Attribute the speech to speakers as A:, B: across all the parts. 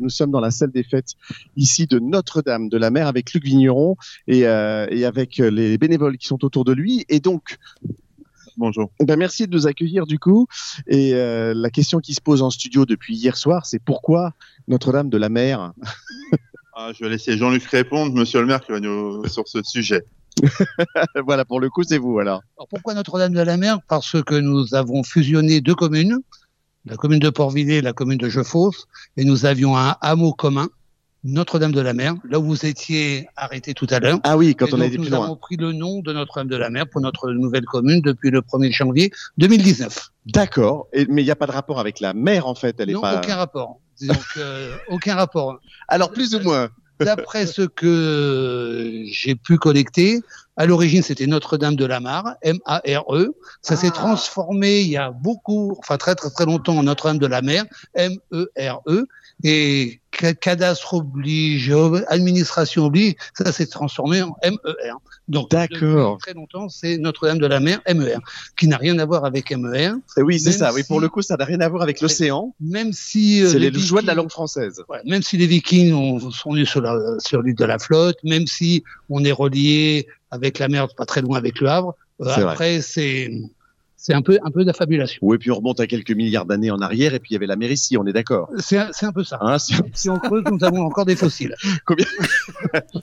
A: Nous sommes dans la salle des fêtes ici de Notre-Dame de la Mer avec Luc Vigneron et, euh, et avec les bénévoles qui sont autour de lui. Et donc,
B: Bonjour.
A: ben merci de nous accueillir du coup. Et euh, la question qui se pose en studio depuis hier soir, c'est pourquoi Notre-Dame de la Mer
B: Ah, je vais laisser Jean-Luc répondre, monsieur le maire, qui va nous sur ce sujet.
A: Voilà, pour le coup, c'est vous alors.
C: Alors pourquoi Notre-Dame de la Mer Parce que nous avons fusionné deux communes, la commune de Portvillers et la commune de Jeufosse, et nous avions un hameau commun, Notre-Dame de la Mer, là où vous étiez arrêté tout à l'heure.
A: Ah oui, quand
C: Et
A: on
C: donc,
A: a été
C: nous
A: plus loin.
C: avons pris le nom de Notre-Dame de la Mer pour notre nouvelle commune depuis le 1er janvier 2019.
A: D'accord, Et- mais il n'y a pas de rapport avec la mer en fait, elle est
C: non,
A: pas.
C: aucun rapport. Donc, euh, aucun rapport.
A: Alors plus ou moins.
C: D'après ce que j'ai pu collecter, à l'origine c'était Notre-Dame de la Mare, M-A-R-E. E. Ça s'est
A: Ah.
C: transformé il y a beaucoup, enfin très très très longtemps en Notre-Dame de la Mer, M-E-R-E. E. Et ca- cadastre oblige, administration oblige, ça s'est transformé en MER. Donc
A: D'accord.
C: depuis Très longtemps c'est Notre-Dame de la Mer, MER, qui n'a rien à voir avec MER,
A: Et oui, c'est
C: Euh, Même
A: ça. Oui,
C: si-
A: pour le coup, ça n'a rien à voir avec l'océan.
C: même si... euh,
A: C'est les
C: les
A: joies de la
C: Vikings-
A: langue française.
C: Ouais, même si les Vikings ont- sont nus sur la- sur l'île de la flotte, même si on est relié avec la mer pas très loin avec le Havre, euh,
A: C'est vrai.
C: après c'est c'est un peu un peu d'affabulation.
A: Oui, puis on remonte à quelques milliards d'années en arrière, et puis il y avait la mer ici, on est d'accord.
C: C'est un- c'est un peu ça.
A: Hein, c'est-
C: Si on creuse, nous avons encore des fossiles.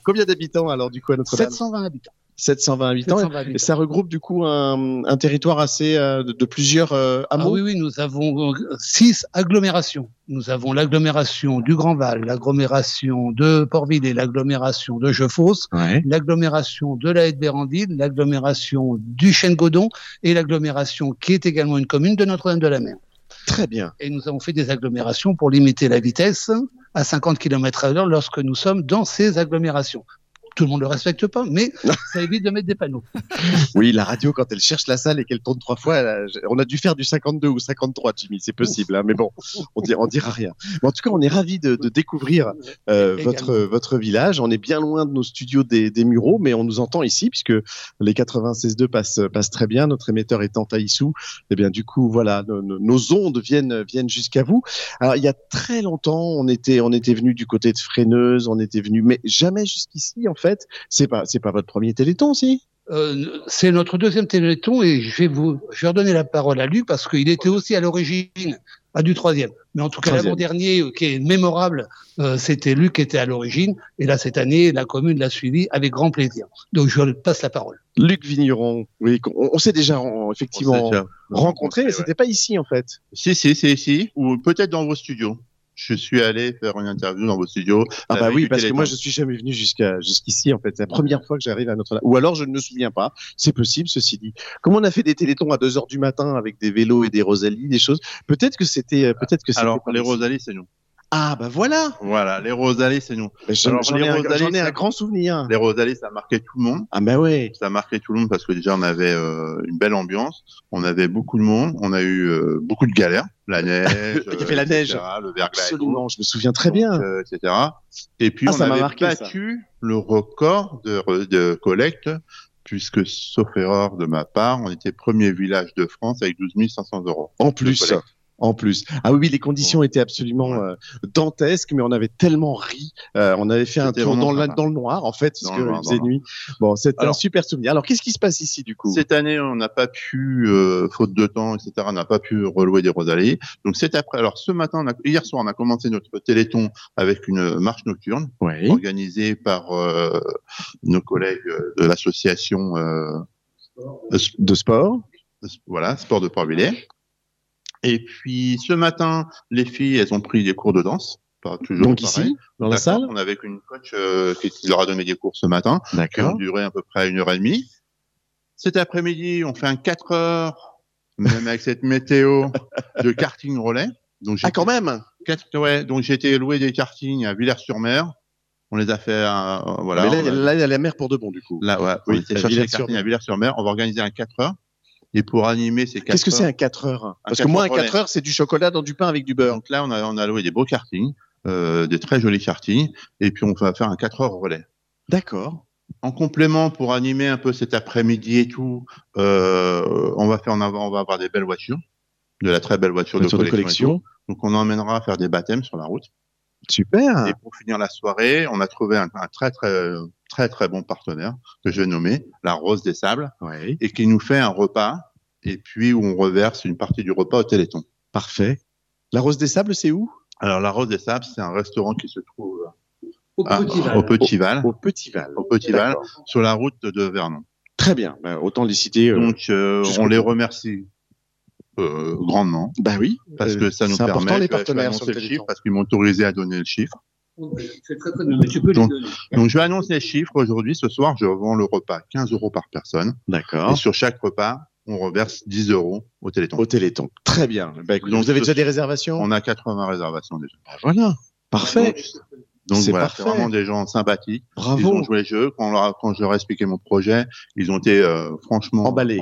A: Combien d'habitants alors du coup à Notre-Dame
C: 720 habitants.
A: 720 habitants.
C: 720
A: Et
C: habitants.
A: ça regroupe du coup un, un territoire assez euh, de, de plusieurs euh, hameaux.
C: Ah oui, oui, nous avons euh, six agglomérations. Nous avons l'agglomération du Grand Val, l'agglomération de Portville et l'agglomération de Jeufosse,
A: Ouais.
C: l'agglomération de la Haye-Bérandine, l'agglomération du Chêne-Godon et l'agglomération qui est également une commune de Notre-Dame-de-la-Mer.
A: Très bien.
C: Et nous avons fait des agglomérations pour limiter la vitesse à 50 km à l'heure lorsque nous sommes dans ces agglomérations. Tout le monde ne le respecte pas, mais ça évite de mettre des panneaux.
A: Oui, la radio, quand elle cherche la salle et qu'elle tourne trois fois, elle a- on a dû faire du 52 ou 53, Jimmy, c'est possible, hein, mais bon, on dira, on dira rien. Mais en tout cas, on est ravis de, de découvrir euh,
C: Également.
A: votre, votre village. On est bien loin de nos studios des, des Mureaux, mais on nous entend ici, puisque les 96.2 passent, passent très bien. Notre émetteur étant à Issou, eh bien, du coup, voilà, nos, nos- nos ondes viennent, viennent jusqu'à vous. Alors, il y a très longtemps, on était, on était venu du côté de Freineuse, on était venu, mais jamais jusqu'ici, en fait. C'est pas, c'est pas votre premier téléthon, si?
C: Euh, c'est notre deuxième téléthon et je vais vous, je vais redonner la parole à Luc parce qu'il était aussi à l'origine à du troisième. Mais en tout cas,
A: Troisième.
C: l'avant dernier euh, qui est mémorable, euh, c'était Luc qui était à l'origine et là cette année, la commune l'a suivi avec grand plaisir. Donc je passe la parole.
A: Luc Vigneron, oui, qu'on- on, s'est déjà en- effectivement
B: On s'est déjà
A: rencontré, mais
B: ouais.
A: c'était pas ici en fait.
B: Si, si, si, si. Ou peut-être dans vos studios. Je suis allé faire une interview dans vos studios.
A: Ah bah
B: avec
A: oui,
B: du
A: parce que
B: Téléthon.
A: moi je suis jamais venu jusqu'à jusqu'ici en fait. C'est la première fois que j'arrive à Notre-Dame. Ou alors je ne me souviens pas. C'est possible, ceci dit. Comme on a fait des télétons à 2 heures du matin avec des vélos et des Rosalie, des choses. Peut-être que c'était, euh, peut-être que c'était.
B: Alors,
A: pas
B: les
A: possible.
B: Rosalie, c'est nous.
A: Ah bah voilà.
B: Voilà, les Rosalie, c'est nous.
A: Bah, J'en
B: Alors,
A: j'en
B: les
A: ai, un-
B: Rosalie,
A: j'en ai un
B: ça-
A: grand souvenir.
B: Les Rosalie, ça a marqué tout le monde.
A: Ah bah ouais.
B: Ça a marqué tout le monde parce que déjà, on avait euh, une belle ambiance. On avait beaucoup de monde. On a eu euh, beaucoup de galères. La neige.
A: Il y
B: euh,
A: avait la neige.
B: etc., Le verglas. et tout.
A: Absolument. Je me souviens très bien.
B: Donc, euh, etc. Et puis
A: Ah,
B: on
A: ça m'a
B: avait
A: marqué, ça.
B: battu le record de, re- de collecte, puisque sauf erreur de ma part, on était premier village de France avec 12 500 euros.
A: En plus.
B: collègue.
A: En plus. Ah oui, oui, les conditions étaient absolument euh, dantesques, mais on avait tellement ri. Euh, on avait fait un
B: C'était
A: tour
B: vraiment
A: dans, le-
B: sympa.
A: dans le noir, en fait,
B: Dans
A: parce
B: le
A: qu'il
B: noir,
A: faisait
B: dans le
A: nuit. Bon, c'était un
B: Alors-
A: super souvenir. Alors, qu'est-ce qui se passe ici, du coup
B: Cette année, on n'a pas pu, euh, faute de temps, etc., on n'a pas pu relouer des Rosalie. Donc c'est après. Alors ce matin, on a- hier soir, on a commencé notre téléthon avec une marche nocturne
A: Oui.
B: organisée par euh, nos collègues euh, de l'association euh,
A: De sport
B: voilà, sport de Port-Villers. Et puis ce matin, les filles, elles ont pris des cours de danse. Pas toujours
A: Donc
B: pareil.
A: ici, dans la
B: D'accord,
A: salle
B: On avait une coach euh, qui qui leur a donné des cours ce matin, qui ont
A: D'accord.
B: duré à peu près une heure et demie. Cet après-midi, on fait un 4 heures, même avec cette météo, de karting relais. Donc j'ai
A: Ah, quand même
B: quatre- ouais, donc j'ai été loué des kartings à Villers-sur-Mer. On les a fait, euh, voilà.
A: Mais là,
B: on a-
A: il y a- là, il y a la mer pour de bon, du coup.
B: là, ouais,
A: Oui,
B: on était
A: à
B: chercher des
A: Villers-sur-Mer.
B: kartings à Villers-sur-Mer. On va organiser un 4 heures. Et pour animer ces 4
A: Qu'est-ce que
B: heures,
A: c'est un 4 heures Parce que
B: quatre
A: moi, un
B: heures relais.
A: 4 heures, c'est du chocolat dans du pain avec du beurre.
B: Donc là, on a, on a loué des beaux kartings, euh, des très jolis kartings, et puis on va faire un 4 heures relais.
A: D'accord.
B: En complément, pour animer un peu cet après-midi et tout, euh, on va faire, on, va- on va avoir des belles voitures, de la très belle voiture,
A: Voiture
B: de
A: de
B: collection. et
A: collection.
B: tout. Donc on emmènera faire des baptêmes sur la route.
A: Super. Ah.
B: Et pour finir la soirée, on a trouvé un, un très très très très bon partenaire que je vais nommer la Rose des Sables
A: Ouais.
B: et qui nous fait un repas et puis où on reverse une partie du repas au Téléthon.
A: Parfait. La Rose des Sables, c'est où
B: Alors la Rose des Sables, c'est un restaurant qui se trouve
D: Au
B: à-
D: petit Val.
B: au Petit Val,
A: Au Petit Val.
B: au Petit Val,
A: D'accord.
B: sur la route de Vernon.
A: Très bien. Bah, autant les citer. euh,
B: Donc euh,
A: jusqu'au
B: on les remercie euh, grandement
A: bah oui.
B: parce que ça nous
A: C'est
B: permet
A: important les
B: je vais- je vais
A: partenaires sur le
B: annoncer le
A: Téléthon.
B: chiffre parce qu'ils m'ont autorisé à donner le chiffre.
D: C'est très très bien, mais tu peux
B: Donc,
D: les donner.
B: Donc, je vais annoncer les chiffres. Aujourd'hui, ce soir, je vends le repas 15 euros par personne. Et
A: D'accord.
B: sur chaque repas, on reverse 10 euros au Téléthon.
A: Au Téléthon. Très bien. Bah, écoute,
B: Donc,
A: vous avez
B: ce-
A: déjà des réservations
B: On a 80 réservations déjà.
A: Bah, Voilà. Parfait.
B: Donc
A: C'est
B: voilà,
A: parfait.
B: c'est vraiment des gens sympathiques. ils
A: Bravo.
B: ont joué le jeu. Quand, on leur a- quand je leur ai expliqué mon projet, ils ont été euh, franchement
A: Emballés.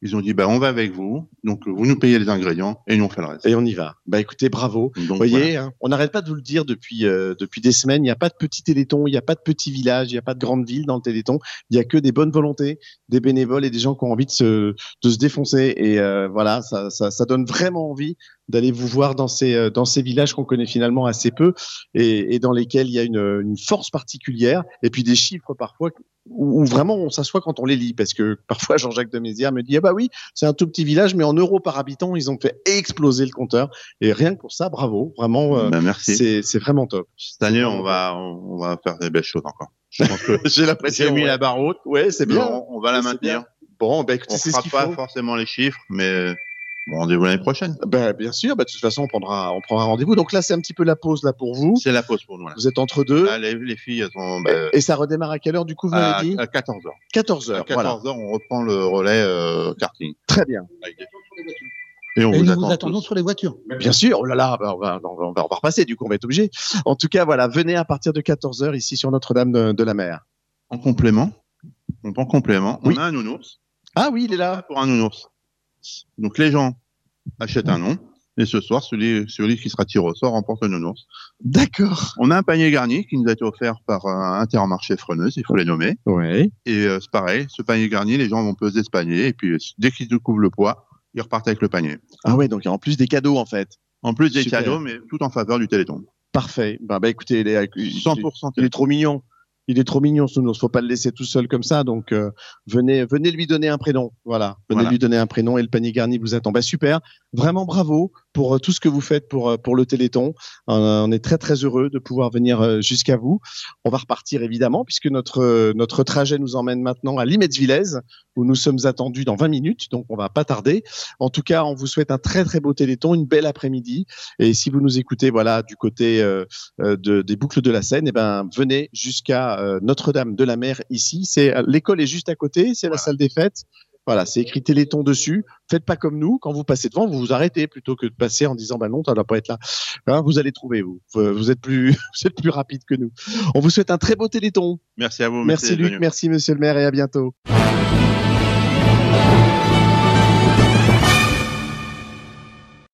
B: Ils ont dit, bah, on va avec vous. Donc vous nous payez les ingrédients et nous on fait le reste.
A: Et on y va. Bah écoutez, bravo.
B: Donc,
A: Vous voyez, hein, on n'arrête pas de vous le dire depuis euh, depuis des semaines. Il n'y a pas de petit téléthon, il n'y a pas de petit village, il n'y a pas de grande ville dans le téléthon. Il n'y a que des bonnes volontés, des bénévoles et des gens qui ont envie de se de se défoncer. Et euh, voilà, ça, ça ça donne vraiment envie d'aller vous voir dans ces euh, dans ces villages qu'on connaît finalement assez peu et, et dans lesquels il y a une, une force particulière et puis des chiffres parfois où, où vraiment on s'assoit quand on les lit parce que parfois Jean-Jacques de Mézières me dit ah bah oui c'est un tout petit village mais en euros par habitant ils ont fait exploser le compteur et rien que pour ça bravo vraiment euh,
B: voilà. Bah, merci.
A: c'est c'est vraiment top
B: Cette année, on va, on, on va faire des belles choses encore. Je pense que
A: j'ai
B: j'ai mis la barre haute.
A: ouais c'est
B: mais
A: bien
B: On, on va la
A: C'est
B: maintenir.
A: bon bah
B: On
A: écoutez c'est ce
B: fera
A: qu'il
B: pas
A: faut
B: forcément les chiffres, mais euh, bon, rendez-vous l'année prochaine.
A: bah, bien sûr bah de toute façon on prendra on prendra rendez-vous donc là c'est un petit peu la pause là pour vous
B: C'est la pause pour nous. Là.
A: vous êtes entre deux
B: Là, les, les filles, elles sont bah,
A: et ça redémarre ben, à quelle heure du coup vous
B: à,
A: m'avez dit
B: 14h.
A: 14
B: À
A: heures
B: 14h,
A: voilà
B: on reprend le relais euh, karting.
A: très bien
B: Et on
C: Et
B: vous
C: nous
B: attend.
C: vous
B: tous.
C: attendons sur les voitures.
A: Bien sûr, oh là là, bah, on, va, on va- on va repasser, du coup on va être obligé. En tout cas, voilà, venez à partir de 14h ici sur Notre-Dame de, de la Mer.
B: En complément, on prend en complément,
A: Oui.
B: on a un nounours.
A: Ah oui, il est
B: Ah,
A: là.
B: Pour un nounours. Donc les gens achètent un nom. Et ce soir, celui, celui qui sera tiré au sort remporte le nounours.
A: D'accord.
B: On a un panier garni qui nous a été offert par euh, Intermarché Freneuse, il faut les nommer.
A: Oui.
B: Et euh, c'est pareil, ce panier garni, les gens vont peser ce panier. Et puis euh, dès qu'ils découvrent le poids, ils repartent avec le panier.
A: Ah ouais, donc il y a en plus des cadeaux en fait.
B: En plus des
A: Super.
B: cadeaux, mais tout en faveur du Téléthon.
A: Parfait. Bah, bah écoutez, il est, il- il
B: 100%
A: est
B: Téléthon.
A: trop mignon. Il est trop mignon ce nounours, faut pas le laisser tout seul comme ça. Donc euh, venez, venez lui donner un prénom. Voilà, venez
B: Voilà.
A: lui donner un prénom et le panier garni vous attend. Bah super, vraiment bravo pour euh, tout ce que vous faites pour euh, pour le Téléthon. Euh, on est très très heureux de pouvoir venir euh, jusqu'à vous. On va repartir évidemment puisque notre euh, notre trajet nous emmène maintenant à Limetvillers où nous sommes attendus dans 20 minutes. Donc on va pas tarder. En tout cas, on vous souhaite un très très beau Téléthon, une belle après-midi. Et si vous nous écoutez, voilà, du côté euh, euh, de, des boucles de la Seine, eh ben, venez jusqu'à euh, Notre-Dame de la Mer ici. C'est euh, l'école est juste à côté, c'est la salle des fêtes. Voilà, c'est écrit Téléthon dessus. Faites pas comme nous. Quand vous passez devant, vous vous arrêtez plutôt que de passer en disant bah non, ça doit pas être là. Hein, vous allez trouver vous. Vous vous êtes plus, vous êtes plus rapide que nous. On vous souhaite un très beau Téléthon.
B: Merci à vous.
A: Merci
B: d'être
A: Luc,
B: venu.
A: merci Monsieur le Maire et à bientôt.